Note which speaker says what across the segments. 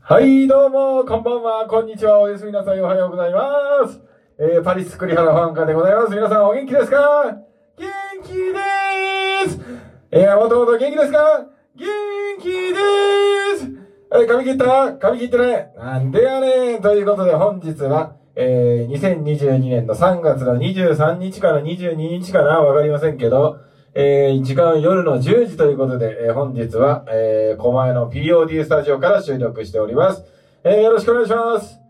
Speaker 1: はい、どうも、こんばんは、こんにちは、おやすみなさい、おはようございます。えー、パリス栗原ファンカでございます。皆さん、お元気ですか元気でーすえー、山本元気ですか元気でーすはい、髪切った髪切ってねなんでやねんということで、本日は、えー、2022年の3月の23日から22日かなわかりませんけど、えー、時間夜の10時ということで、えー本日は、えー、狛江の POD スタジオから収録しております。えー、よろしくお願いします。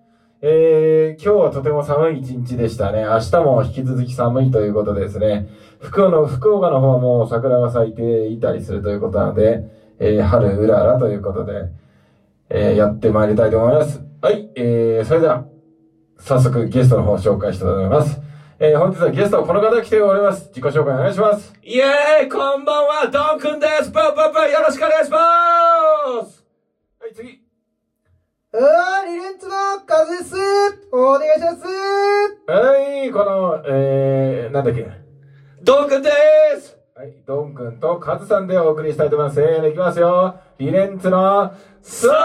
Speaker 1: えー、今日はとても寒い一日でしたね。明日も引き続き寒いということですね。福岡の、福岡の方はもう桜が咲いていたりするということなので、えー、春うららということで、えー、やってまいりたいと思います。はい、えー、それでは、早速ゲストの方を紹介したいと思います。えー、本日はゲストはこの方が来ております。自己紹介お願いします。
Speaker 2: イエーイこんばんはドンくんですブーブーブーよろしくお願いします
Speaker 1: はい、次。
Speaker 3: うわー、リレンツのカズですお願いします
Speaker 1: はい、この、えー、なんだっけ。
Speaker 2: ドンくんでーす
Speaker 1: はい、ドン君とカズさんでお送りしたいと思います。せーの、いきますよ。リレンツの、
Speaker 2: それそれ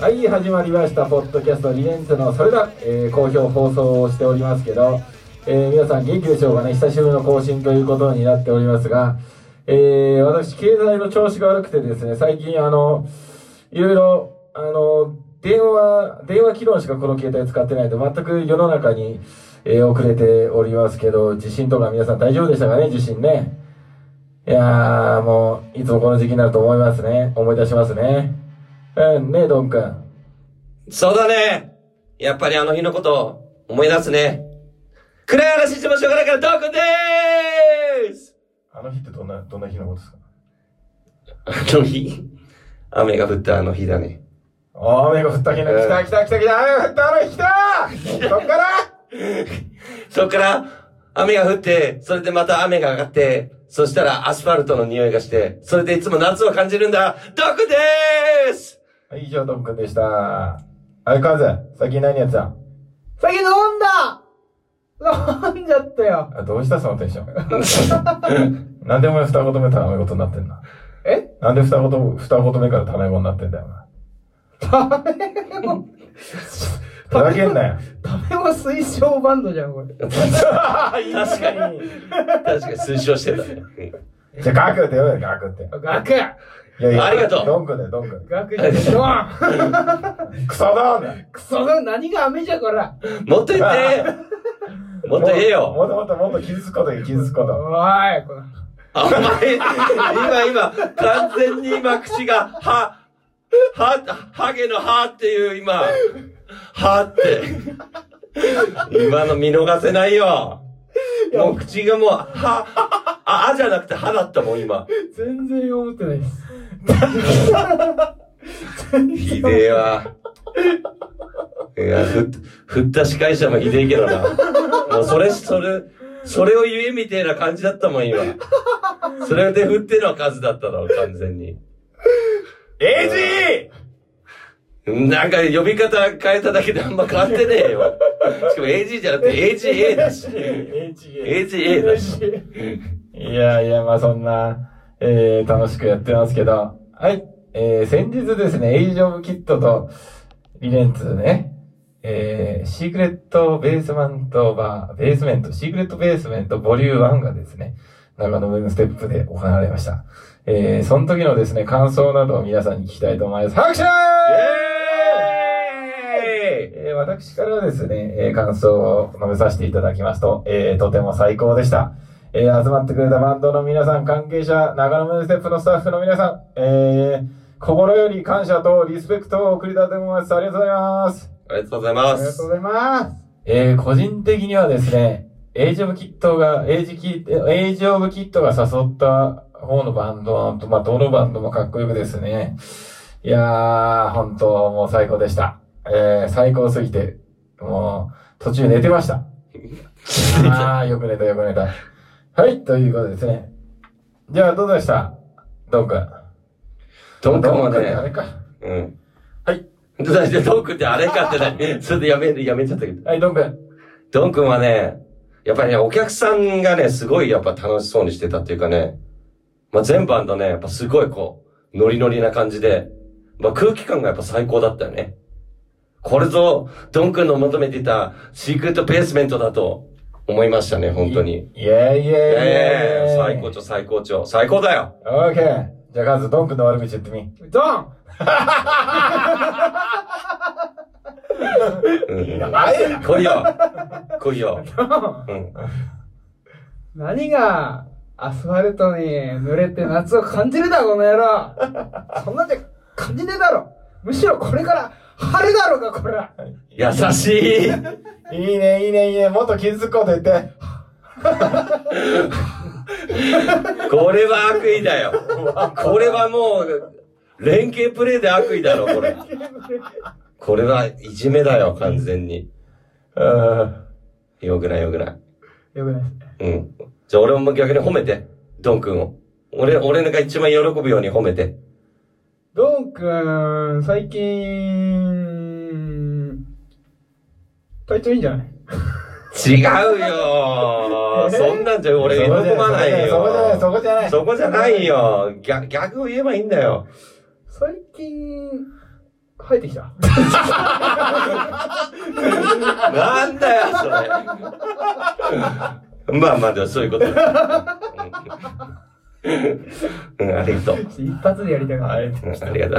Speaker 1: はい、始まりました、ポッドキャストリレンツの、それだ、えー、好評放送をしておりますけど、えー、皆さん元気でしょうかね、久しぶりの更新ということになっておりますが、えー、私、経済の調子が悪くてですね、最近、あの、いろいろ、あの、電話、電話機能しかこの携帯使ってないと、全く世の中に、えー遅れておりますけど、地震とか皆さん大丈夫でしたかね、地震ね。いやー、もう、いつもこの時期になると思いますね。思い出しますね。うん、ねえ、ドン君。
Speaker 2: そうだねやっぱりあの日のこと思い出すね暗い話してもしょうがないからドンくんでーす
Speaker 1: あの日ってどんな、どんな日のことですか
Speaker 2: あの日雨が降ったあの日だね。
Speaker 1: 雨が降った日の、来
Speaker 2: えー
Speaker 1: た来た来た来た、雨が降ったあの日来たそっから
Speaker 2: そっから、雨が降って、それでまた雨が上がって、そしたらアスファルトの匂いがして、それでいつも夏を感じるんだドクでー す
Speaker 1: はい以上、ドン君でした。あい、カズ、最近何やってた
Speaker 3: 酒飲んだ飲んじゃったよ。
Speaker 1: あ、どうしたそのテンション。なんでお前二言目ため事になってんの
Speaker 3: え
Speaker 1: なんで二言、二言目からため語になってんだよ、お前。
Speaker 3: ダメも、
Speaker 1: ふざけん なよ。
Speaker 3: ダメも推奨バンドじゃん、これ。
Speaker 2: 確かに。確かに推奨してたね。
Speaker 1: じゃあ、ガクって呼べよ、ガクって。
Speaker 3: ガク
Speaker 1: いやいや、
Speaker 2: ありがとう
Speaker 1: ドン君だよ、ドン君。
Speaker 3: ガクじ ゃねえドン
Speaker 1: クソドンだよ
Speaker 3: クソが何が雨じゃ、こら
Speaker 2: もっと言って もっと言え
Speaker 1: も
Speaker 2: よ
Speaker 1: っともっともっと傷つくことよ、傷つくこ
Speaker 3: お
Speaker 1: と。
Speaker 3: ーい、この。
Speaker 2: あ、お前、今今、完全に今口が、は、は、ハゲのはっていう今、はって。今の見逃せないよ。もう口がもう、は、あ、あじゃなくてはだったもん今。
Speaker 3: 全然思ってないです。
Speaker 2: ひでえわ。いや、ふ、振った司会者もひでえけどな。もうそれ、それ、それを言えみたいな感じだったもん、今。それで振っての数だったの、完全に。
Speaker 1: エイジー
Speaker 2: なんか呼び方変えただけであんま変わってねえよ。しかも AG じゃなくて AGA だし。AGA だし。
Speaker 1: いやいや、まあそんな、えー、楽しくやってますけど、はい、えー、先日ですね、エイジオブキットとリレンツね、えー、シークレットベースマントバー、ベースメント、シークレットベースメントボリューム1がですね、長野ウェブステップで行われました。えー、その時のですね、感想などを皆さんに聞きたいと思います。拍手えー私からはですね、えー感想を述べさせていただきますと、えーとても最高でした。えー集まってくれたバンドの皆さん、関係者、長野ムーンステップのスタッフの皆さん、えー心より感謝とリスペクトを送りたいと思います。ありがとうございます。
Speaker 2: ありがとうございま
Speaker 3: ありがとう
Speaker 2: す。
Speaker 3: ございます。
Speaker 1: えー個人的にはですね、エイジオブキットが、エイジキエイジオブキットが誘った方のバンドと、まあ、どのバンドもかっこよくですね。いやー、本当もう最高でした。えー最高すぎて、もう、途中寝てました。あー、よく寝たよく寝た。はい、ということですね。じゃあ、どうでしたドン君。
Speaker 2: どんかも
Speaker 1: ドン君あ
Speaker 2: ね、
Speaker 1: れか。
Speaker 2: うん。
Speaker 1: はい。
Speaker 2: だってドン君ってあれかってね、ちょっとやめ、やめちゃったけど。
Speaker 1: はい、ドン君。
Speaker 2: ドン君はね、やっぱりね、お客さんがね、すごいやっぱ楽しそうにしてたっていうかね、まあ、全バンドね、やっぱすごいこう、ノリノリな感じで、まあ、空気感がやっぱ最高だったよね。これぞ、ドン君の求めていたシークレットベースメントだと思いましたね、本当に。
Speaker 1: イェイイェイイェイ。
Speaker 2: ええ最高潮、最高潮。最高だよ。
Speaker 1: オーケー。じゃあ、まずドン君の悪口言ってみ。ドン
Speaker 2: うん、
Speaker 1: あえ
Speaker 2: 来いよ。来いよ。うん。
Speaker 3: 何が、アスファルトに濡れて夏を感じるだ、この野郎。そんなんで感じねえだろ。むしろこれから春だろうが、これは。
Speaker 2: 優しい。
Speaker 1: いいね、いいね、いいね。もっと傷つくこと言って。
Speaker 2: これは悪意だよ。これはもう、連携プレイで悪意だろ、これ。これはいじめだよ、完全に。
Speaker 1: うん。
Speaker 2: よくないよくない。
Speaker 3: よくないですね。
Speaker 2: うん。じゃあ俺も逆に褒めて。ドン君を。俺、俺が一番喜ぶように褒めて。
Speaker 3: ドンくん、最近、体調いいんじゃない
Speaker 2: 違うよそんなんじゃ俺喜ばない
Speaker 1: そこじゃない、
Speaker 2: よ。
Speaker 1: そこじゃない。
Speaker 2: そこじゃない。よ。逆、逆を言えばいいんだよ。
Speaker 3: 最近、生えてきた。
Speaker 2: なんだよ、それ。まあまあ、でもそういうことだ。うん、うんありがとう。
Speaker 3: 一発でやりたいから。
Speaker 1: はい。
Speaker 2: うんありがとう。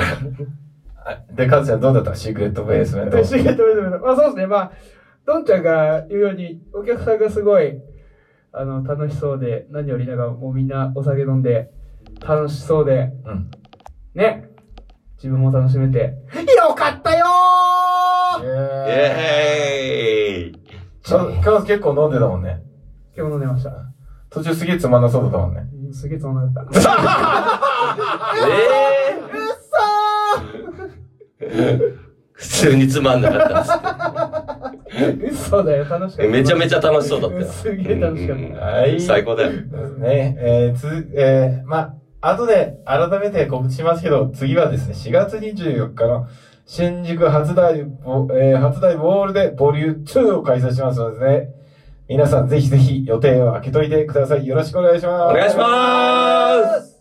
Speaker 1: で、カズちゃんどうだったシークレットベースメン ト。
Speaker 3: シークレットベースメントまあそうですね。まあ、ドンちゃんが言うように、お客さんがすごい、あの、楽しそうで、何よりなんかもうみんなお酒飲んで、楽しそうで、
Speaker 1: うん。
Speaker 3: ね。自分も楽しめて。よかったよ
Speaker 1: イ
Speaker 3: ー
Speaker 1: ェー
Speaker 2: イ
Speaker 1: イ。
Speaker 2: エーイ
Speaker 1: カズカズ結構飲んでたもんね。
Speaker 3: 今日飲んでました。
Speaker 1: 途中すげえつまんなそうだったもんね。
Speaker 3: うんすげえつまんな かった。
Speaker 2: えー
Speaker 3: うっそ
Speaker 2: 普通につまんなかったっ
Speaker 3: ー嘘だよ、楽し
Speaker 2: す
Speaker 3: かった。
Speaker 2: めちゃめちゃ楽しそうだったよ。
Speaker 3: すげえ楽しかった
Speaker 2: うんうんうん
Speaker 1: はい
Speaker 2: 最高だよ。
Speaker 1: ね、えー、つ、えー、ま、後で改めて告知しますけど、次はですね、4月24日の新宿初台ボ、えー、初台ボールでボリューム2を開催しますので、ね、皆さんぜひぜひ予定を空けといてください。よろしくお願いします。
Speaker 2: お願いします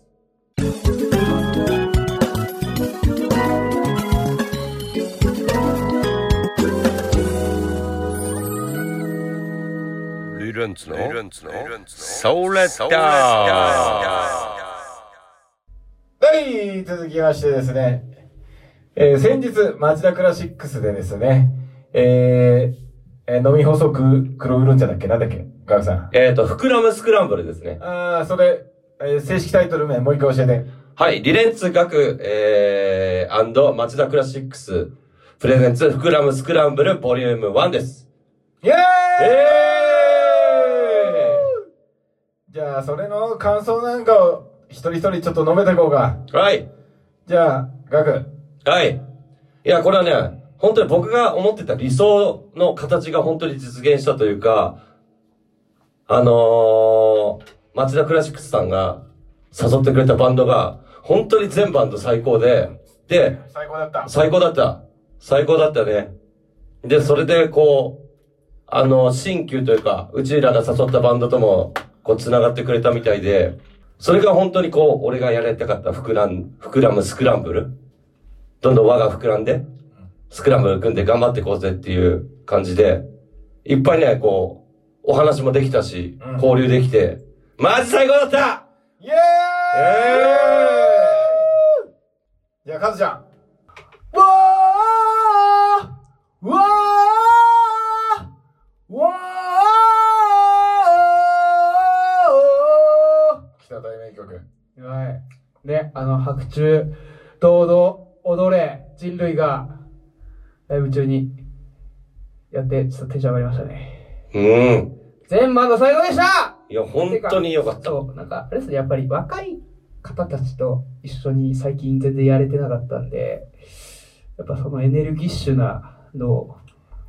Speaker 4: 理論つのソーレッダー
Speaker 1: はい、続きましてですね、えー先日、町田クラシックスでですね、えーえー飲み細く黒ウーロン茶だっけなんだっけガクさん。
Speaker 2: えっと、膨らむスクランブルですね。
Speaker 1: あー、それ、えー正式タイトル名もう一回教えて。
Speaker 2: はい、リレンツ学、えー、マツダクラシックス、プレゼンツ、膨らむスクランブル、ボリューム1です。
Speaker 1: イェーイ
Speaker 2: え
Speaker 1: じゃあ、それの感想なんかを一人一人ちょっと述べていこうか。
Speaker 2: ーはい、
Speaker 1: じゃあ、ガク。
Speaker 2: はい。いや、これはね、本当に僕が思ってた理想の形が本当に実現したというか、あのー、マツダクラシックスさんが誘ってくれたバンドが、本当に全バンド最高で、で、
Speaker 1: 最高だった。
Speaker 2: 最高だった。最高だったね。で、それで、こう、あの、新旧というか、うちらが誘ったバンドとも、こう、繋がってくれたみたいで、それが本当にこう、俺がやりたかった膨らん、膨らむスクランブルどんどん輪が膨らんで、スクランブル組んで頑張っていこうぜっていう感じで、いっぱいね、こう、お話もできたし
Speaker 1: うん、
Speaker 2: 交流できて、マジ最高だった
Speaker 1: イェーイ、えー、じゃあ、カズちゃん。
Speaker 3: わーわーわ
Speaker 1: 来た大名曲。
Speaker 3: ーはい。ね、あの、白昼、堂々、踊れ、人類が、ライブ中に、やって、ちょっとテンション上がりましたね。
Speaker 2: うん。
Speaker 3: 全バンド最後でした
Speaker 2: いや、本当に良かった。
Speaker 3: そう、なんか、あれですね、やっぱり若い方たちと一緒に最近全然やれてなかったんで、やっぱそのエネルギッシュなのを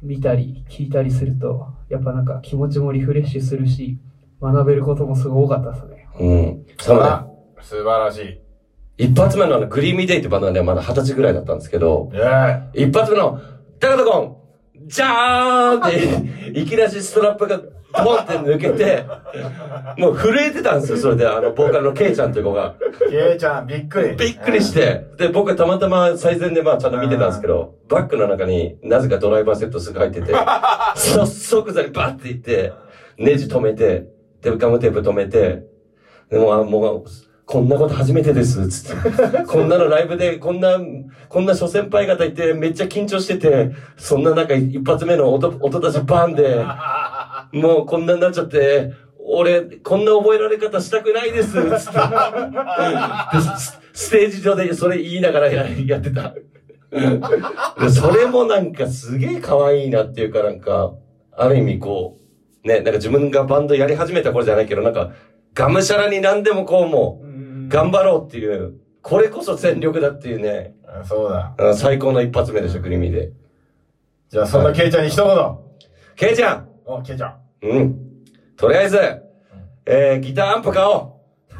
Speaker 3: 見たり聞いたりすると、やっぱなんか気持ちもリフレッシュするし、学べることもすごい多かったですね。
Speaker 2: うん。そうだね。
Speaker 1: 素晴らしい。
Speaker 2: 一発目のあの、グリーミーデイってバンドはね、まだ二十歳ぐらいだったんですけど、
Speaker 1: ええ
Speaker 2: 一発目の、タカトコンじゃーんって、いきなしストラップが、ポンって抜けて、もう震えてたんですよ、それで、あの、ボーカルのケイちゃんっていう子が。
Speaker 1: ケイちゃん、びっくり。
Speaker 2: びっくりして、で、僕たまたま最前でまあちゃんと見てたんですけど、バッグの中になぜかドライバーセットすぐ入ってて、そ即座にバッて行って、ネジ止めて、で、ガムテープ止めて、でもう、あもう、こんなこと初めてです、つって。こんなのライブで、こんな、こんな諸先輩方いて、めっちゃ緊張してて、そんな中一発目の音、音出しバンで、もうこんなになっちゃって、俺、こんな覚えられ方したくないです、つって。でスステージ上でそれ言いながらややってた。でそれもなんかすげえ可愛いなっていうかなんか、ある意味こう、ね、なんか自分がバンドやり始めた頃じゃないけど、なんか、がむしゃらに何でもこうも
Speaker 1: う
Speaker 2: う、
Speaker 1: ん
Speaker 2: 頑張ろうっていう、これこそ全力だっていうね、
Speaker 1: あそうだ。
Speaker 2: あ最高の一発目でした、グリミで。
Speaker 1: じゃあ、そんなケイちゃんに一言。
Speaker 2: ケイちゃん
Speaker 1: お、ケイちゃん。
Speaker 2: うん。とりあえず、えー、ギターアンプ買おう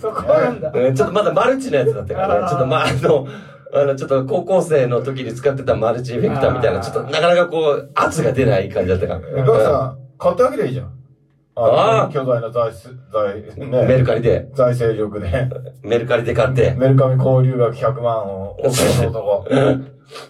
Speaker 3: そこなんだ。
Speaker 2: うんちょっとまだマルチのやつだったから
Speaker 3: あ
Speaker 2: ね。
Speaker 3: ー
Speaker 2: ちょっとまあ、あの、あの、ちょっと高校生の時に使ってたマルチエフェクターみたいな、
Speaker 3: あー
Speaker 2: ちょっとなかなかこう、圧が出ない感じだったか
Speaker 1: え
Speaker 2: ら。
Speaker 1: ガクさん、買ってあげりゃいいじゃん。
Speaker 2: ああ
Speaker 1: 巨大な財す、財、
Speaker 2: うんメ
Speaker 1: ね、
Speaker 2: ルカリで、
Speaker 1: 財政力 で、
Speaker 2: メルカリで買って。
Speaker 1: メルカリ交流額100万を送った男。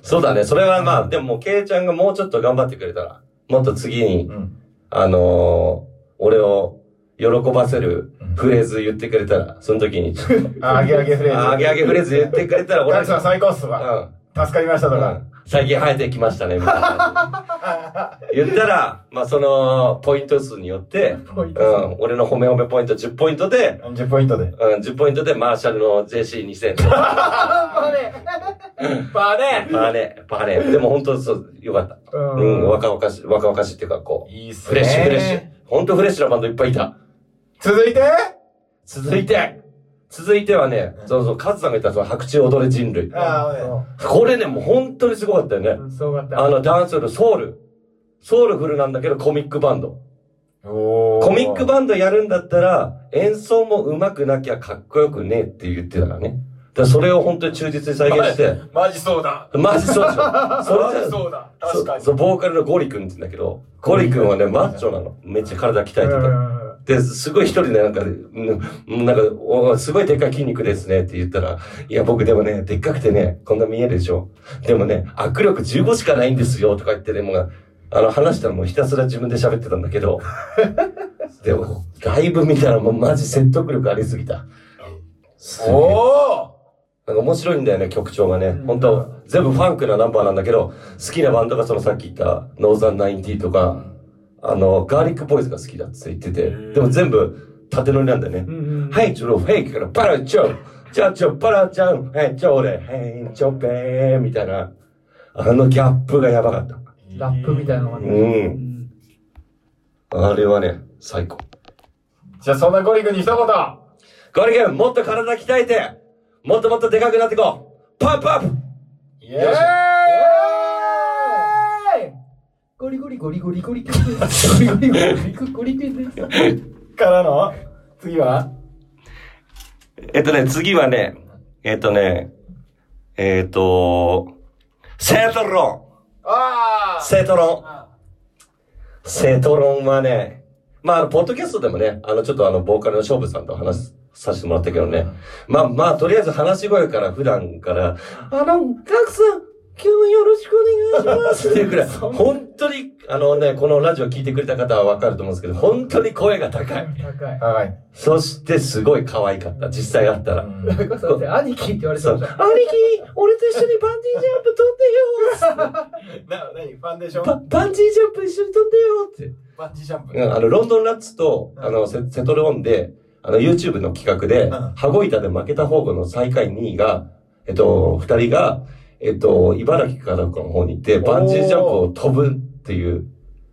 Speaker 2: そうだね。それはまあ、でももう、ケイちゃんがもうちょっと頑張ってくれたら、もっと次に、
Speaker 1: うん。
Speaker 2: あのー俺を喜ばせるフレーズ言ってくれたら、その時に、
Speaker 1: あ、あげあげフレーズ。
Speaker 2: あげあげフレーズ言ってくれたら、俺
Speaker 1: ガクさん最高っすわ。
Speaker 2: うん。
Speaker 1: 助かりましたとか。
Speaker 2: 最近生えてきましたね、みたいな。言ったら、まあ、その、ポイント数によって、
Speaker 3: こういう
Speaker 2: うん、俺の褒め褒めポイント10ポイントで、
Speaker 1: 10ポイントで。
Speaker 2: うん、10ポイントでマーシャルの JC2000。
Speaker 3: バネバネ
Speaker 2: パーネ、パーネ。でも本当そう、よかった。
Speaker 1: う
Speaker 2: うん、若々しい、若々しいっていうか、こ
Speaker 1: いいっ
Speaker 2: う、
Speaker 1: すね。
Speaker 2: フレッシュ、フレッシュ。本当フレッシュなバンドいっぱいいた。
Speaker 1: 続いて
Speaker 2: 続いて続いてはね、そうそう、カズさんが言ったその白昼踊れ人類。
Speaker 1: あ
Speaker 2: これね、もう本当にすごかったよね。
Speaker 3: うんそうだった。
Speaker 2: あの、ダンスのソウル。ソウルフルなんだけど、コミックバンド。
Speaker 1: あ、お
Speaker 2: コミックバンドやるんだったら、演奏も上手くなきゃかっこよくねえって言ってたからね。だからそれを本当に忠実に再現して、
Speaker 1: マジそうだ。
Speaker 2: マジそうでしょ。それじゃ、
Speaker 1: そうだ。
Speaker 2: そそう、ボーカルのゴリ君って言うんだけど、ゴリ君はね、マッチョなの。めっちゃ体鍛
Speaker 3: うんうん
Speaker 2: え
Speaker 3: うんうん
Speaker 2: てて。で、すごい一人でなんか、うんなんか、おすごいでっかい筋肉ですねって言ったら、いや、僕でもね、でっかくてね、こんな見えるでしょ。でもね、握力15しかないんですよとか言ってね、もう、あの、話したらもうひたすら自分で喋ってたんだけど、でも、ライブ見たらもうマジ説得力ありすぎた。すげえ
Speaker 1: お
Speaker 2: なんか面白いんだよね、曲調がね
Speaker 3: ん。
Speaker 2: 本当全部ファンクなナンバーなんだけど、好きなバンドがそのさっき言った、ノーザンナインティとか、あの、ガーリックボーイズが好きだって言ってて、でも全部縦乗りなんだよね。
Speaker 3: うん
Speaker 2: はい、チョロ、フェイクからパラチョ、チャチョ、パラチャン、ヘイチョレ、ヘイチョペー、みたいな、あのギャップがやばかった。
Speaker 3: ラップみたいなのが
Speaker 2: う。
Speaker 3: ね。うんん
Speaker 2: あれはね、最高。
Speaker 1: じゃあそんなゴリ君に一言。
Speaker 2: ゴリ君、もっと体鍛えて、もっともっとでかくなっていこうパンプアップ
Speaker 1: イエーイ
Speaker 3: ゴリゴリゴリゴリゴリゴリゴリゴリゴリゴリゴリ
Speaker 1: からの次は
Speaker 2: えっとね、次はね、えっとね、えっと、セトロ
Speaker 1: あ
Speaker 2: ンセトロンセトロンはね、まあ、あの、ポッドキャストでもね、あの、ちょっとあの、ボーカルの勝負さんと話すさせてもらったけどね。まあ、まあ、とりあえず話し声から普段から、あの、ガクさん、今日はよろしくお願いしますっていうくらい、本当に、あのね、このラジオ聞いてくれた方はわかると思うんですけど、本当に声が高い。
Speaker 3: 高い。
Speaker 1: はい。
Speaker 2: そして、すごい可愛かった。実際会ったら。
Speaker 3: それこそだって兄貴って言われて
Speaker 2: そ
Speaker 3: た
Speaker 2: う。
Speaker 3: じ
Speaker 2: 兄
Speaker 3: ゃん。
Speaker 2: 貴、俺と一緒にバンジージャンプ飛んでよ
Speaker 1: な、なにファンデーション
Speaker 2: ババンジージャンプ一緒に飛んでよっ
Speaker 1: バンジージャンプ
Speaker 2: て。うん、あの、ロンドンラッツと、あの、セセトルオンで、あの、YouTube の企画で
Speaker 1: うん、
Speaker 2: 羽子板で負けた方の最下位2位が、えっと、2人が、えっと、茨城かどこかの方に行って、バンジージャンプを飛ぶっていう、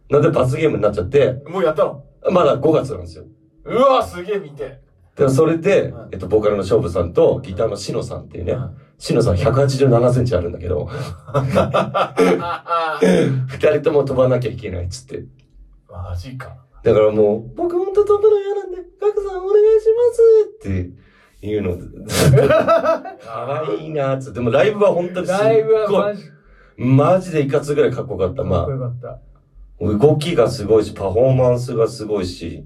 Speaker 2: ので罰ゲームになっちゃって、
Speaker 1: もうやったの
Speaker 2: まだ5月なんですよ。
Speaker 1: うわすげえ見て。
Speaker 2: で、それで
Speaker 1: うん、
Speaker 2: えっと、ボーカルの勝負さんと、ギターのしのさんっていうね
Speaker 1: うん、
Speaker 2: しのさん187センチあるんだけど、
Speaker 1: ああ。
Speaker 2: 二人とも飛ばなきゃいけないっつって。
Speaker 1: マジか。
Speaker 2: だからもう、僕本当飛ぶの嫌なんで、ガクさんお願いしますっていうのずっと、 可愛いなーっつって、でもライブは本当にすっ
Speaker 3: ライブは
Speaker 2: ご
Speaker 3: マ
Speaker 2: い、
Speaker 3: ジ
Speaker 2: マジでいかつぐらいかっこよかった。
Speaker 3: か
Speaker 2: ま
Speaker 3: っこよかった。
Speaker 2: あ、動きがすごいし、パフォーマンスがすごいし、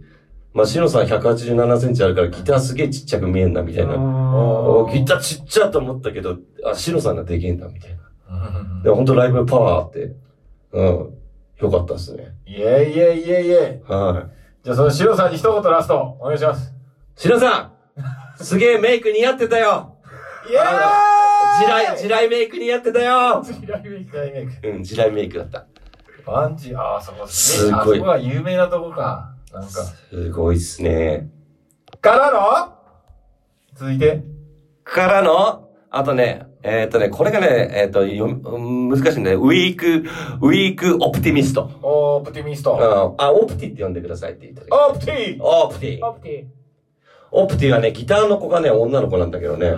Speaker 2: まあ、シノさん187センチあるからギターすげえちっちゃく見えんなみたいな。おギターちっちゃと思ったけど、あ、シノさんができんだみたいな。で、本当ライブパワーあって、うん、よかったっすね。
Speaker 1: いえいえいえいえ。
Speaker 2: はい。
Speaker 1: じゃあそのシロさんに一言ラスト、お願いします。
Speaker 2: シノさんすげえメイク似合ってたよ
Speaker 1: イエーイ
Speaker 2: 地雷、地雷メイク似合ってたよ
Speaker 1: 地雷メイク。地雷メイク。
Speaker 2: うん、地雷メイクだった。
Speaker 1: バンジー、ああ、そこ
Speaker 2: すご
Speaker 1: あ
Speaker 2: い
Speaker 1: そこは有名なとこか。なんか。
Speaker 2: すごいっすね。
Speaker 1: からの続いて。
Speaker 2: からの、あとね、えーっ、とね、これがね、えーっ、とよ、うん難しいんだよ。ウィーク、ウィークオプティミスト。
Speaker 1: オプティミス
Speaker 2: うん、
Speaker 1: ト。
Speaker 2: あ、オプティって呼んでくださいって言ったら
Speaker 1: オプティ
Speaker 2: オプティ
Speaker 3: オ。プテ
Speaker 2: オプティはね、ギターの子がね、女の子なんだけどね、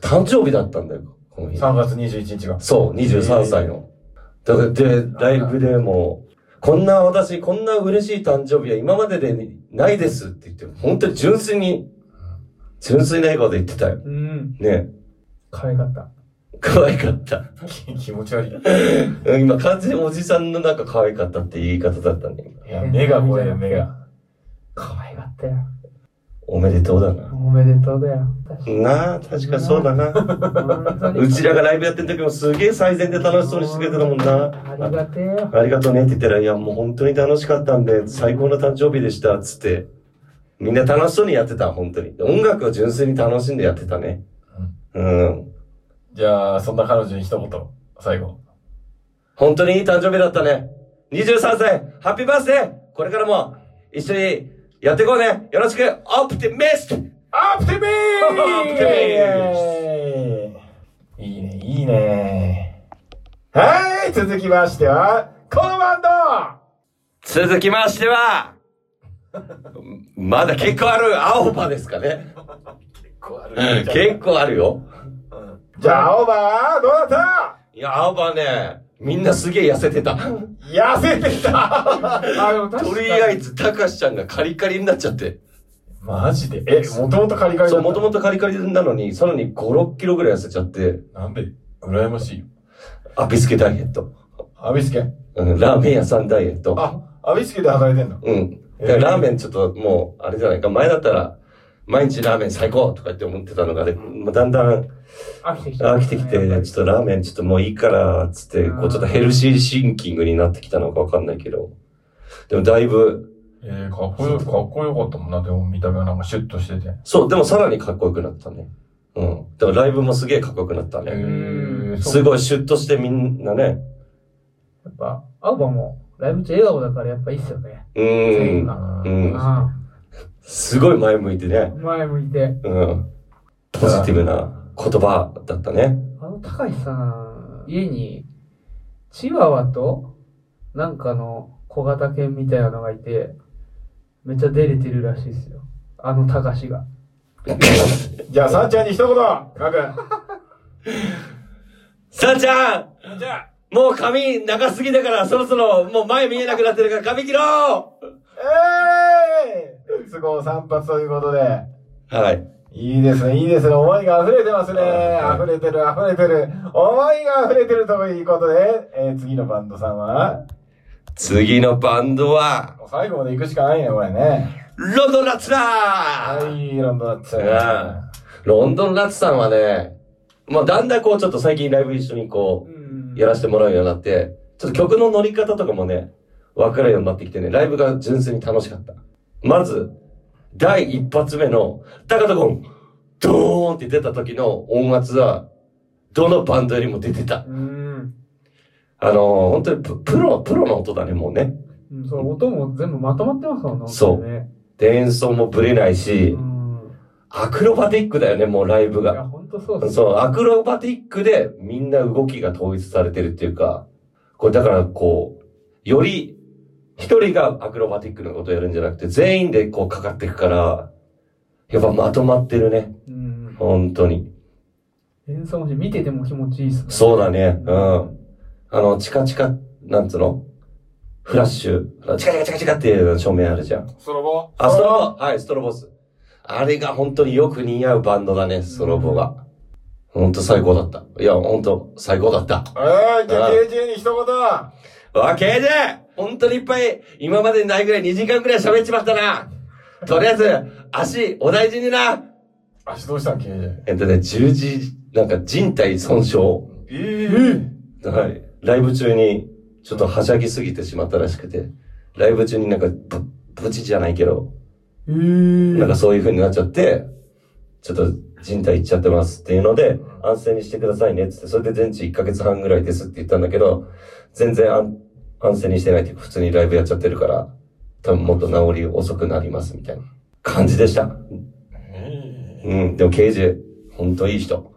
Speaker 2: 誕生日だったんだよ、この日。
Speaker 1: !3 月21日が。
Speaker 2: そう、23歳の。だって、でライブでもう、こんな私、こんな嬉しい誕生日は今まででないですって言って、本当に純粋に、純粋な笑顔で言ってたよ。
Speaker 3: ィ。うん。
Speaker 2: ね
Speaker 3: 可愛かった。
Speaker 2: 可愛かった。
Speaker 1: 気持ち悪い。
Speaker 2: うん今、完全におじさんのなんか可愛かったって言い方だったんで、今
Speaker 1: いや、目がこれ、目が。
Speaker 3: 可愛かったよ。
Speaker 2: おめでとうだな。
Speaker 3: おめでとうだよ。
Speaker 2: なあ、確かそうだな。
Speaker 3: 本当に
Speaker 2: うちらがライブやってる時もすげえ最善で楽しそうにしてくれてたもん
Speaker 3: あり
Speaker 2: な。
Speaker 3: がてえよ。
Speaker 2: ありがとうねって言ったら、いや、もう本当に楽しかったんで、最高の誕生日でした、つって。みんな楽しそうにやってた、本当に。音楽を純粋に楽しんでやってたね。うん。
Speaker 1: じゃあ、そんな彼女に一言、最後。
Speaker 2: 本当にいい誕生日だったね。23歳、ハッピーバースデーこれからも、一緒にやっていこうねよろしくオプティミスト
Speaker 1: アプティミ
Speaker 2: アプテ
Speaker 1: ーいいね、いいね。はい、続きましては、このバンド
Speaker 2: 続きましては、 まだ結構ある、青葉ですかね。結構あるよ。
Speaker 1: じゃあ、青葉、どうだった
Speaker 2: いや、青葉ね、みんなすげえ痩せてた。
Speaker 1: 痩せて た
Speaker 3: あ、でも確
Speaker 2: と
Speaker 3: かに
Speaker 2: りあえず、たかしちゃんがカリカリになっちゃって。
Speaker 1: マジでえ、もともとカリカリだった
Speaker 2: そう、もともとカリカリなのに、さらに5、6キロぐらい痩せちゃって、
Speaker 1: なんで羨ましいよ。
Speaker 2: あ、ビスケダイエット。
Speaker 1: アビスケ
Speaker 2: うん、ラーメン屋さんダイエット。
Speaker 1: あ、アビスケで働いてんの
Speaker 2: うん。
Speaker 1: えー
Speaker 2: だからラーメンちょっともう、あれじゃないか、前だったら、毎日ラーメン最高とかって思ってたのがね、まあだんだん
Speaker 3: 飽きてきた。
Speaker 2: 飽きてきて、ちょっとラーメンちょっともういいから、つって、こうちょっとヘルシーシンキングになってきたのかわかんないけど。でもだいぶ、
Speaker 1: えー、かっこよ、かっこよかったもんな、でも見た目はなんかシュッとしてて。
Speaker 2: そう、でもさらにかっこよくなったね。うん。だからライブもすげえかっこよくなったね。
Speaker 1: えー、
Speaker 2: す
Speaker 1: そう。
Speaker 2: ごいシュッとしてみんなね。
Speaker 3: やっぱ、青葉も、ライブ中笑顔だからやっぱいいっすよね。
Speaker 2: う
Speaker 3: 全員
Speaker 2: ん。
Speaker 3: が。
Speaker 2: うん。
Speaker 3: う
Speaker 2: すごい前向いてね。
Speaker 3: ん。前向いて。
Speaker 2: うん。ポジティブな言葉だったね。
Speaker 3: あの、高橋さん、家に、チワワと、なんかの小型犬みたいなのがいて、めっちゃ出れてるらしいですよ。あの高橋が。
Speaker 1: じゃあ、さんちゃんに一言、かく
Speaker 2: さあちゃん
Speaker 1: ん。じゃあ、
Speaker 2: もう髪長すぎだから、そろそろもう前見えなくなってるから髪切ろう
Speaker 1: えーいレッツゴー散髪ということで。
Speaker 2: はい。
Speaker 1: いいですね、いいですね。思いが溢れてますね。
Speaker 2: はい
Speaker 1: 溢れてる、溢れてる。思いが溢れてるということで、えー、次のバンドさんは、
Speaker 2: 次のバンドは、
Speaker 1: もう最後まで行くしかないね、これね。
Speaker 2: ロンドンラッツだ
Speaker 1: はい、ロンドンナッツ。
Speaker 2: うんロンドンラッツさんはね、まあだんだんこうちょっと最近ライブ一緒にこ
Speaker 3: ん
Speaker 2: う、やらせてもらうようになって、ちょっと曲の乗り方とかもね、分かるようになってきてね、ライブが純粋に楽しかった。まず、第一発目の、タカトコン、ドーンって出た時の音圧は、どのバンドよりも出てた。
Speaker 3: うん。
Speaker 2: あのー本当にププロ、プロの音だね、もうね。
Speaker 3: うんそう、音も全部まとまってますもんね。
Speaker 2: そう
Speaker 3: 本当にね。
Speaker 2: で演奏もぶれないし
Speaker 3: う、ん。
Speaker 2: アクロバティックだよね、もうライブ
Speaker 3: い
Speaker 2: が
Speaker 3: や、。ほんとそうっす。
Speaker 2: そう、アクロバティックでみんな動きが統一されてるっていうか、これだからこう、より一人がアクロバティックなことをやるんじゃなくて、全員でこうかかっていくから、やっぱまとまってるね。
Speaker 3: うん。
Speaker 2: 本当に。
Speaker 3: 演奏もし見てても気持ちいいっすね。
Speaker 2: そうだね。うん。あの、チカチカ、なんつうのフラッシュ、あのチカチカチカチカっていう照明あるじゃん。
Speaker 1: ストロボ
Speaker 2: あ、ストロボはい、ストロボス。あれが本当によく似合うバンドだね、ストロボが。本当最高だった。いや、本当最高だった。
Speaker 1: えー、じゃあ
Speaker 2: あ
Speaker 1: KJ に一言
Speaker 2: わけで本当にいっぱい、今までにないぐらい2時間ぐらい喋っちまったな。とりあえず、足、お大事にな。
Speaker 1: 足どうしたん ?KJ。
Speaker 2: えっとね、十字、なんか人体損傷。
Speaker 1: えー、
Speaker 2: はい。ライブ中に、ちょっとはしゃぎすぎてしまったらしくて、ライブ中になんか、ぶ、ぶちじゃないけど、
Speaker 1: えー、
Speaker 2: なんかそういう風になっちゃって、ちょっと人体いっちゃってますっていうので、安静にしてくださいねっつって、それで全治1ヶ月半ぐらいですって言ったんだけど、全然安安静にしてないっていうか、普通にライブやっちゃってるから、多分もっと治り遅くなりますみたいな感じでした。うん、でも刑事、ほんといい人。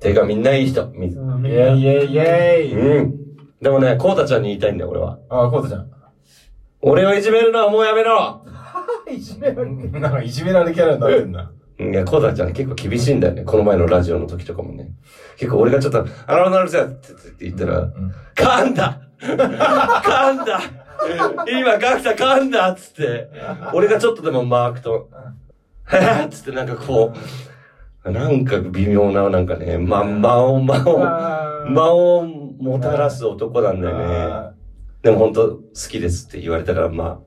Speaker 2: てかみんないい人。み
Speaker 1: イェイイェイイェイ。
Speaker 2: うん。でもね、コウタちゃんに言いたいんだよ、俺は。
Speaker 1: あ、コートちゃん。
Speaker 2: 俺をいじめるのはもうやめろ
Speaker 3: いじめられてる。
Speaker 1: なんかいじめられキャラになってんな。
Speaker 2: いや、コウタちゃん結構厳しいんだよね。この前のラジオの時とかもね。結構俺がちょっと、あらなるぜって言ったら、噛んだ 噛んだ今、ガクタ噛んだっつって、俺がちょっとでもマークと、へへっつってなんかこう、なんか微妙な、なんかね、ま、間を、間を、間をもたらす男なんだよね。
Speaker 1: あ
Speaker 2: でも本当好きですって言われたから、ま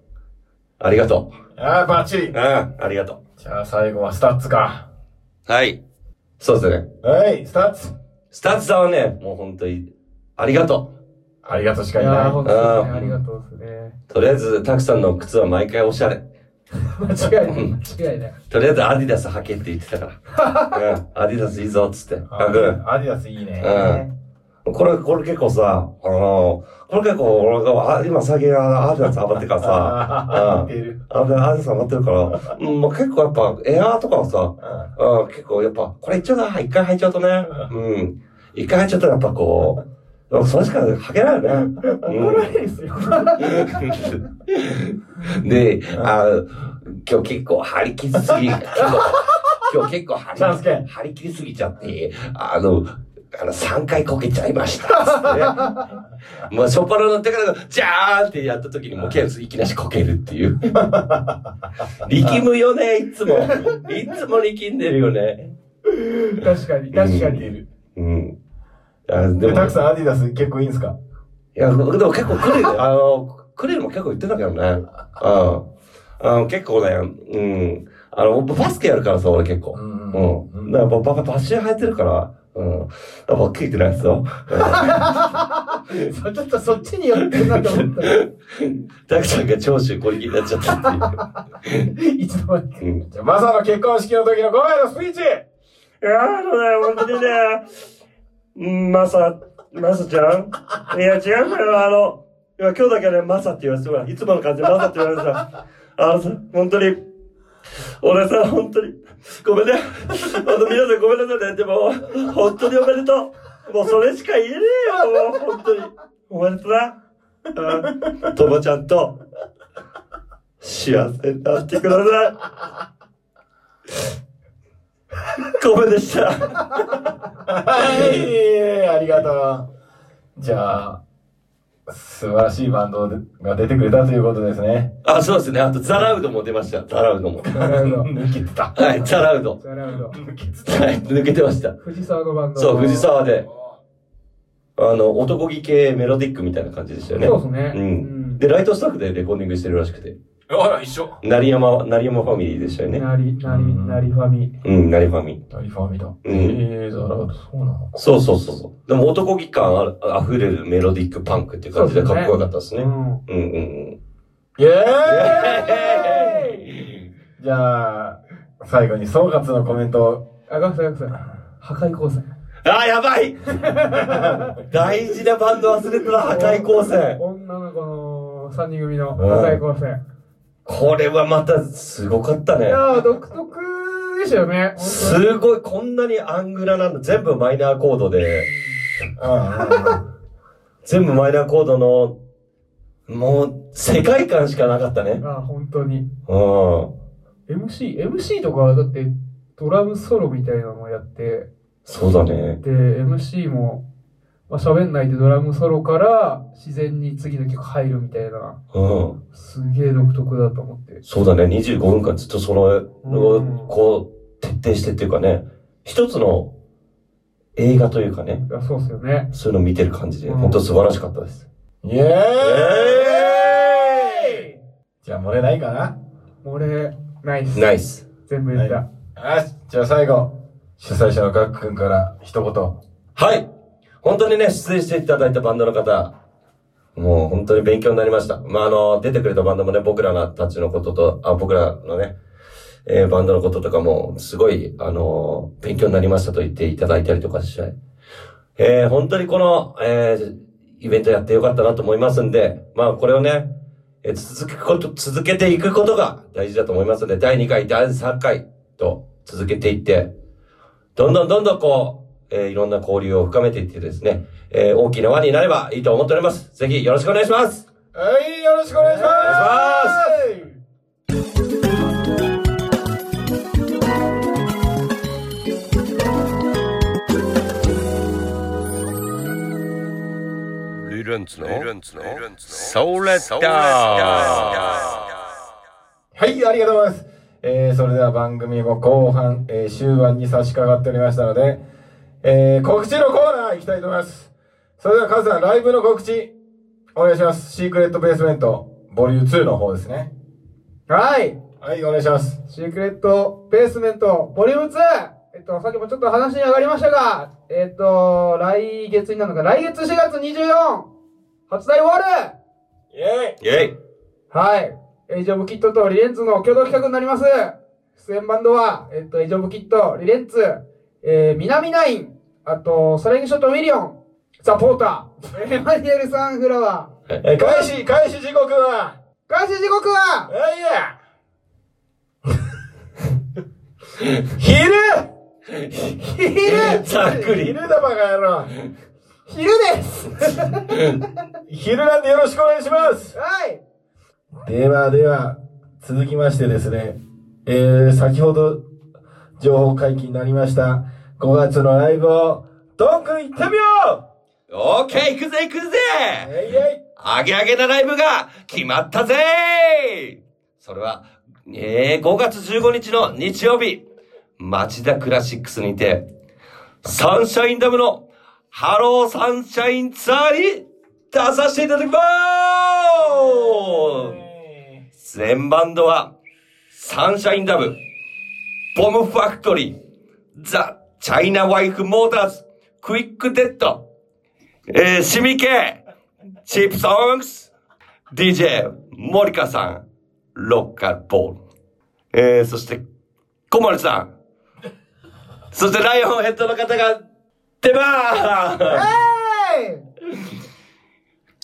Speaker 2: あ、ありがと
Speaker 1: ーあー、バッチリ
Speaker 2: う。うん、。ありがと
Speaker 1: じゃあ最後はスタッツか。
Speaker 2: う。はい。そうですね。
Speaker 1: はい、スタッツ。
Speaker 2: スタッツさんはね、もう本当に、ありがと
Speaker 1: ありがとうし
Speaker 3: い
Speaker 1: かいな
Speaker 3: や
Speaker 1: い
Speaker 3: ー、。本当にね
Speaker 2: あー
Speaker 3: ありがとうですね。
Speaker 2: う。とりあえず、たくさんの靴は毎回おしゃれ。
Speaker 3: 間違いない。間違いない。
Speaker 2: とりあえず、アディダス履けって言ってたから。うん、アディダスいいぞ、っつって。
Speaker 1: あ
Speaker 2: あく
Speaker 1: アディダスいいね。
Speaker 2: うん。これ、これ結構さ、あのこれ結構、俺が、あ今最近あアディダスハマってから さ、
Speaker 1: あ
Speaker 2: う
Speaker 1: ー
Speaker 2: ん。
Speaker 1: 似てる。
Speaker 2: あでアディダスハマってるから、うん、もう結構やっぱ、エアーとかはさ、
Speaker 1: うん
Speaker 2: うん、結構やっぱ、これ一応な、一回履いちゃうとね、うん。一回履いちゃうとやっぱこう、でもそれしか履けないよね。
Speaker 3: 怒られるっすよ。
Speaker 2: うん、で、あ今日結構張り切りすぎ、 今日今日結構張
Speaker 1: チャンス
Speaker 2: り
Speaker 1: 券
Speaker 2: 張り切りすぎちゃって、あの、あの、3回こけちゃいました。ね、もう、初っ端の手から、じゃーんってやった時に、もう、ケンスいきなしこけるっていう。力むよね、いつも。いつも力んでるよね。
Speaker 3: 確かに、確か
Speaker 1: 似て
Speaker 3: に。
Speaker 1: る。
Speaker 2: うん。あで
Speaker 1: で、
Speaker 2: も、
Speaker 1: たくさんアディダス結構いいんすか
Speaker 2: いや、でも結構クレ ル、あの、クレルも結構言ってたけどね。うん。あの結構ね、うん。あの、バスケやるからさ、俺結構。
Speaker 1: う
Speaker 2: うんん。だから、ばばバッシュ入ってるから、うん。だから、聞いてないですよ。
Speaker 3: そうちょっとそっちに寄ってんなと思ったら、
Speaker 2: ダクちゃんが長州小力になっちゃった
Speaker 3: いつの間にか
Speaker 2: っていう。うん。
Speaker 1: じゃあ、マサの結婚式の時の5枚のスピーチ
Speaker 2: いやー、そうだよ、本当にね。うんマサ、マサちゃんいや、違うよ、あの、いや今日だけはね、マサって言わせてもらう。いつもの感じでマサって言われてさ、あのさ、本当に、俺さ、本当に、ごめんね。本当、皆さんごめんなさいね。でも、本当におめでとう。もうそれしか言えねえよ、もう、本当に。おめでとうな。うんともちゃんと、幸せになってください。ごめんでした。
Speaker 1: はい、ありがとう。じゃあ、素晴らしいバンドが出てくれたということですね。
Speaker 2: あ、そうですね。あと、ザラウドも出ました。ザラウドも。
Speaker 3: ザラウド。
Speaker 1: 抜けてた。
Speaker 2: はい、ザラウド。
Speaker 3: ザラウド。
Speaker 1: 抜けてた。
Speaker 2: はい、抜けてました。
Speaker 3: 藤沢の番組。
Speaker 2: そう、藤。沢で。あの、男気系メロディックみたいな感じでしたよね。
Speaker 3: そうですね。
Speaker 2: うんで、ライトスタッフでレコーディングしてるらしくて。
Speaker 1: あら、一緒。
Speaker 2: 成山、成山ファミリーでしたよね。
Speaker 3: なり、なり、なりファミ。
Speaker 2: うん、成ファミ。
Speaker 1: ダリファミだ。
Speaker 2: うん
Speaker 1: ええ、ザラウド、そうなのか。
Speaker 2: そうそうそうそう。でも男気感ある溢れるメロディックパンクっていう感じでかっこよかったです
Speaker 3: う
Speaker 2: ね。
Speaker 3: ん。
Speaker 2: うんうんうん。
Speaker 1: イェーイじゃあ、最後に総括のコメントを。
Speaker 3: あ、ガクさん、ガクさん。破壊光線。
Speaker 2: あー、やば い大事なバンド忘れてた 破壊光線。
Speaker 3: 女の子の三人組の破壊光線。
Speaker 2: これはまたすごかったね。
Speaker 3: いやー、独特ですよね。
Speaker 2: すごい、こんなにアングラなんだ。全部マイナーコード
Speaker 1: う
Speaker 2: で、
Speaker 1: ん。
Speaker 2: 全部マイナーコードの、もう、世界観しかなかったね。
Speaker 3: あ、本当に。
Speaker 2: うん。
Speaker 3: MC、MC とか、だって、ドラムソロみたいなのをやって、
Speaker 2: そうだね。
Speaker 3: で、MC も、まあ、喋んないでドラムソロから自然に次の曲入るみたいな、
Speaker 2: うん。
Speaker 3: すげえ独特だと思って。
Speaker 2: そうだね。25分間ずっとその、こう、徹底してっていうかね、一つの映画というかね、
Speaker 3: あそうっすよね。
Speaker 2: そういうの見てる感じで、
Speaker 3: うん
Speaker 2: 本当素晴らしかったです。
Speaker 1: イエーイ
Speaker 3: え
Speaker 1: じゃあ漏れないかな
Speaker 3: 俺、ナイス。
Speaker 2: ナイス。
Speaker 3: 全部言った。
Speaker 1: よし、じゃあ最後、主催者のガック君から一言。
Speaker 2: はい。本当にね、出演していただいたバンドの方、もう本当に勉強になりました。まあ、あの、出てくれたバンドもね、僕らたちのことと、あ、僕らのね、えーバンドのこととかも、すごい、あの勉強になりましたと言っていただいたりとかして、えー本当にこの、えーイベントやってよかったなと思いますんで、まあ、これをね、えー続くこと、続けていくことが大事だと思いますので、第2回、第3回と続けていって、どんどんどんどんこう、えーいろんな交流を深めていってですね、えー大きな輪になればいいと思っております。ぜひよろしくお願いします
Speaker 1: はい、よろしくお願いします
Speaker 2: お
Speaker 4: ルルンツのソーレッダー
Speaker 1: はい、ありがとうございます。えー、それでは番組も後半、えー、終盤に差し掛かっておりましたので、えー、告知のコーナー行きたいと思います。それではカズさん、ライブの告知、お願いします。シークレットベースメント、ボリューム2の方ですね。
Speaker 3: はい。
Speaker 1: はい、お願いします。
Speaker 3: シークレットベースメント、ボリューム 2! えっと、さっきもちょっと話に上がりましたが、えっと、来月になるのか、来月4月24、初台ウォール
Speaker 1: イェイ
Speaker 2: イェイ
Speaker 3: はい。エイジオブキットとリレンツの共同企画になります。出演バンドは、えっと、エイジオブキット、リレンツ、えー、南ナイン、あと、ソレングショットウィリオン、ザ・ポーター、エマニュエル・サンフラワー、
Speaker 1: えー、開始、開始時刻は、
Speaker 3: ガシ時刻は、
Speaker 1: あいや昼
Speaker 3: 昼
Speaker 2: ざっくり
Speaker 1: 昼だバカ野郎
Speaker 3: 昼です
Speaker 1: 昼なんでよろしくお願いします
Speaker 3: はい
Speaker 1: ではでは、続きましてですね、えー、先ほど情報解禁になりました、5月のライブを、どんくん行ってみよ
Speaker 2: オーケー行くぜ行くぜ
Speaker 1: うえいえ
Speaker 2: アゲアゲなライブが決まったぜそれは、えー、5月15日の日曜日、町田クラシックスにて、サンシャインダムのハローサンシャインツアーに出させていただきまーす
Speaker 1: い
Speaker 2: 全バンドは、サンシャインダム、ボムファクトリー、ザ・チャイナワイフモーターズ、クイックデッド、えー、シミケ、チープソングス、DJ、モリカさん、ロッカーボール、えー、そして、コマルさん、そしてライオンヘッドの方が出まーす
Speaker 3: はい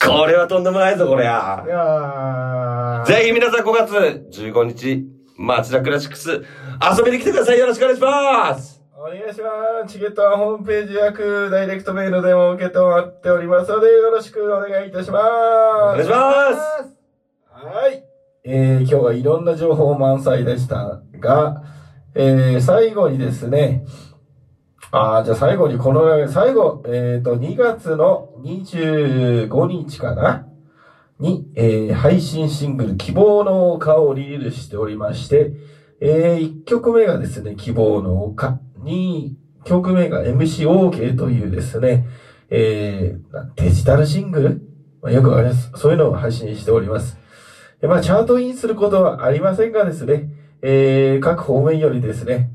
Speaker 2: これはとんでもないぞ、こりゃ
Speaker 3: い。やー
Speaker 2: ぜひ皆さん5月15日、町田クラシックス、遊びに来てください。よろしくお願いします。
Speaker 1: お願いします。チケットはホームページ約ダイレクトメールでも受けてもらっておりますので、よろしくお願いいたしま
Speaker 2: お願い
Speaker 1: す
Speaker 2: し。ます。
Speaker 1: はい。えー、今日はいろんな情報満載でしたが、えー、最後にですね、ああ、じゃあ最後にこの、最後、えっ、と、2月の25日かなに、えー、配信シングル、希望の丘をリリースしておりまして、えー、1曲目がですね、希望の丘、2曲目が MCOK というですね、えー、なデジタルシングルまあ、よくあります。そういうのを配信しております。えまあ、チャートインすることはありませんがですね、えー、各方面よりですね、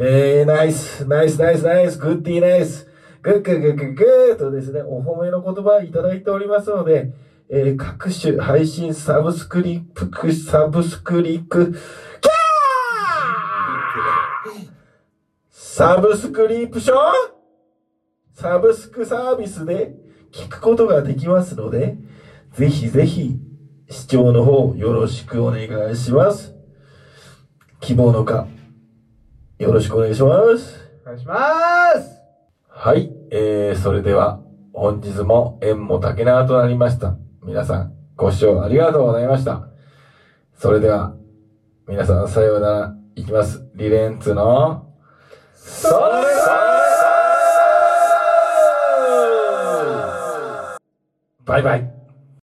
Speaker 1: えー、ナイス、ナイス、ナイス、ナイス、グッディーナイス、グッグッグッグッグーとですね、お褒めの言葉をいただいておりますので、えー、各種配信サブスクリプク、サブスクリク、キャーサブスクリプションサブスクサービスで聞くことができますので、ぜひぜひ視聴の方よろしくお願いします。希望のか、よろしくお願いします。
Speaker 3: お願いします
Speaker 1: はい、えー、それでは本日も縁も竹縄となりました。皆さんご視聴ありがとうございました。それでは皆さんさようならいきます。リレンツの、それそれそれバイバイ。